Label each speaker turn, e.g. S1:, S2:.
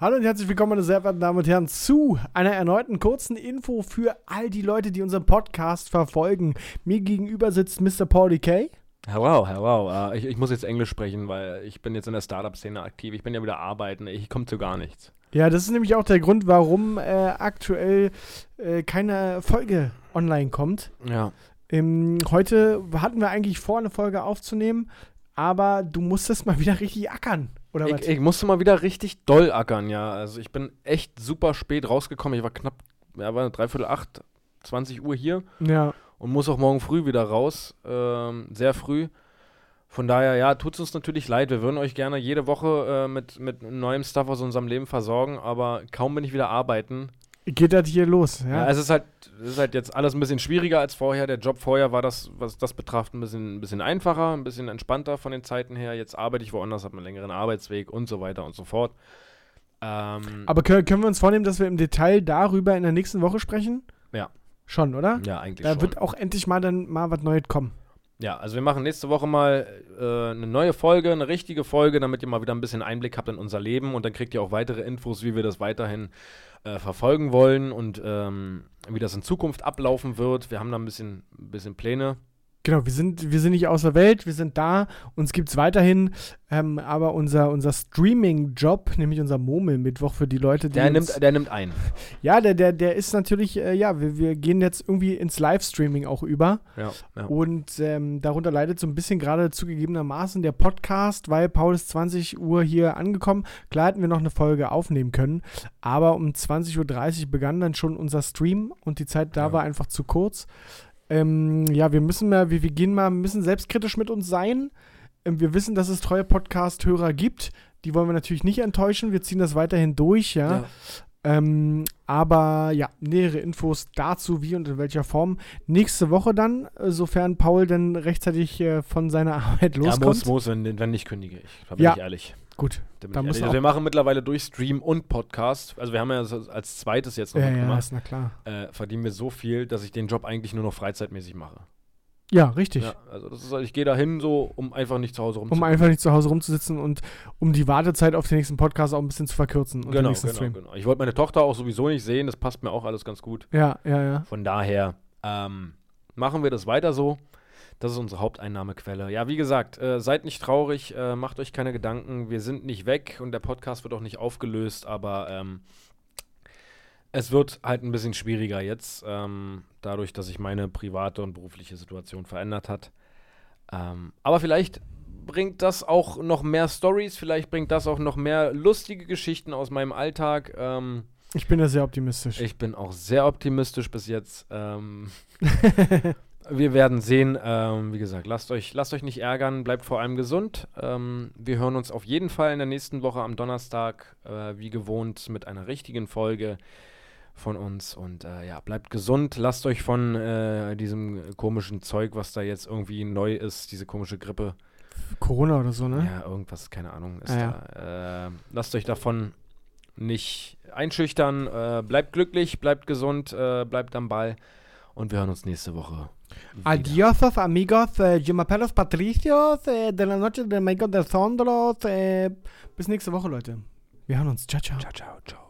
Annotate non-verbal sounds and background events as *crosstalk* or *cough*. S1: Hallo und herzlich willkommen, meine sehr verehrten Damen und Herren, zu einer erneuten kurzen Info für all die Leute, die unseren Podcast verfolgen. Mir gegenüber sitzt Mr. Paul Decay.
S2: Hello, hello. Äh, ich, ich muss jetzt Englisch sprechen, weil ich bin jetzt in der Startup-Szene aktiv. Ich bin ja wieder arbeiten. Ich komme zu gar nichts.
S1: Ja, das ist nämlich auch der Grund, warum äh, aktuell äh, keine Folge online kommt.
S2: Ja.
S1: Ähm, heute hatten wir eigentlich vor, eine Folge aufzunehmen, aber du musstest mal wieder richtig ackern, oder was?
S2: Ich, ich musste mal wieder richtig doll ackern, ja. Also ich bin echt super spät rausgekommen. Ich war knapp, ja, war dreiviertel acht, 20 Uhr hier
S1: ja.
S2: und muss auch morgen früh wieder raus. Ähm, sehr früh. Von daher, ja, tut es uns natürlich leid. Wir würden euch gerne jede Woche äh, mit, mit neuem Stuff aus unserem Leben versorgen, aber kaum bin ich wieder arbeiten.
S1: Geht das hier los?
S2: Ja.
S1: Ja.
S2: es ist halt, es ist halt jetzt alles ein bisschen schwieriger als vorher. Der Job vorher war das, was das betrifft, ein bisschen, ein bisschen einfacher, ein bisschen entspannter von den Zeiten her. Jetzt arbeite ich woanders, habe einen längeren Arbeitsweg und so weiter und so fort. Ähm,
S1: aber können, können wir uns vornehmen, dass wir im Detail darüber in der nächsten Woche sprechen?
S2: Ja. Mhm.
S1: Schon, oder?
S2: ja, eigentlich
S1: Da
S2: schon.
S1: wird auch endlich mal dann mal was Neues kommen.
S2: Ja, also wir machen nächste Woche mal äh, eine neue Folge, eine richtige Folge, damit ihr mal wieder ein bisschen Einblick habt in unser Leben und dann kriegt ihr auch weitere Infos, wie wir das weiterhin äh, verfolgen wollen und ähm, wie das in Zukunft ablaufen wird. Wir haben da ein bisschen, ein bisschen Pläne.
S1: Genau, wir sind, wir sind nicht aus der Welt, wir sind da, uns gibt es weiterhin, ähm, aber unser, unser Streaming-Job, nämlich unser Murmelmittwoch für die Leute, die
S2: Der
S1: uns,
S2: nimmt, der nimmt ein.
S1: ja, der, der, der ist natürlich, äh, ja, wir, wir gehen jetzt irgendwie ins Livestreaming auch über
S2: Ja, ja.
S1: und ähm, darunter leidet so ein bisschen gerade zugegebenermaßen der Podcast, weil Paul ist 20 Uhr hier angekommen, klar hätten wir noch eine Folge aufnehmen können, aber um 20.30 Uhr begann dann schon unser Stream und die Zeit da
S2: Ja.
S1: war einfach zu kurz. Ähm, ja, wir müssen mal, wir, wir gehen mal, müssen selbstkritisch mit uns sein. Ähm, wir wissen, dass es treue Podcast-Hörer gibt. Die wollen wir natürlich nicht enttäuschen. Wir ziehen das weiterhin durch, ja.
S2: Ja.
S1: Ähm, aber ja, nähere Infos dazu, wie und in welcher Form. Nächste Woche dann, äh, sofern Paul dann rechtzeitig äh, von seiner *laughs* Arbeit
S2: Ja,
S1: loskommt.
S2: muss, muss, wenn, wenn nicht kündige ich. Da bin
S1: Ja.
S2: ich ehrlich.
S1: Gut.
S2: Da bin
S1: Da
S2: ich
S1: musst
S2: ehrlich.
S1: du
S2: Also wir machen mittlerweile durch Stream und Podcast. Also wir haben ja so als zweites jetzt noch
S1: Ja, ja,
S2: mitgemacht.
S1: ist na klar.
S2: Äh, verdienen wir so viel, dass ich den Job eigentlich nur noch freizeitmäßig mache.
S1: Ja, richtig.
S2: Ja, also das ist, ich gehe da hin, so, um einfach nicht zu Hause
S1: Um
S2: rumzukommen.
S1: einfach nicht zu Hause rumzusitzen und um die Wartezeit auf den nächsten Podcast auch ein bisschen zu verkürzen. Und den
S2: genau,
S1: nächsten
S2: genau, genau. Ich wollte meine Tochter auch sowieso nicht sehen, das passt mir auch alles ganz gut.
S1: Ja, ja, ja.
S2: Von daher ähm, machen wir das weiter so. Das ist unsere Haupteinnahmequelle. Ja, wie gesagt, äh, seid nicht traurig, äh, macht euch keine Gedanken. Wir sind nicht weg und der Podcast wird auch nicht aufgelöst, aber ähm, es wird halt ein bisschen schwieriger jetzt, ähm, dadurch, dass sich meine private und berufliche Situation verändert hat. Ähm, aber vielleicht bringt das auch noch mehr Stories, vielleicht bringt das auch noch mehr lustige Geschichten aus meinem Alltag. Ähm,
S1: Ich bin da sehr optimistisch.
S2: ich bin auch sehr optimistisch bis jetzt. Ähm, wir werden sehen. Ähm, wie gesagt, lasst euch, lasst euch nicht ärgern, bleibt vor allem gesund. Ähm, wir hören uns auf jeden Fall in der nächsten Woche am Donnerstag, äh, wie gewohnt, mit einer richtigen Folge von uns. Und äh, ja, bleibt gesund, lasst euch von äh, diesem komischen Zeug, was da jetzt irgendwie neu ist, diese komische Grippe.
S1: Corona oder so, ne?
S2: Ja, irgendwas, keine Ahnung. Ist
S1: Ah, ja.
S2: da. Ähm, lasst euch davon nicht einschüchtern. Äh, bleibt glücklich, bleibt gesund, äh, bleibt am Ball. Und wir hören uns nächste Woche. wieder.
S1: Adiós, amigos, eh, Gimapelos Patricios, eh, de la noche de Michael de Sondros. Eh. Bis nächste Woche, Leute. Wir hören uns. Ciao, ciao.
S2: Ciao, ciao, ciao.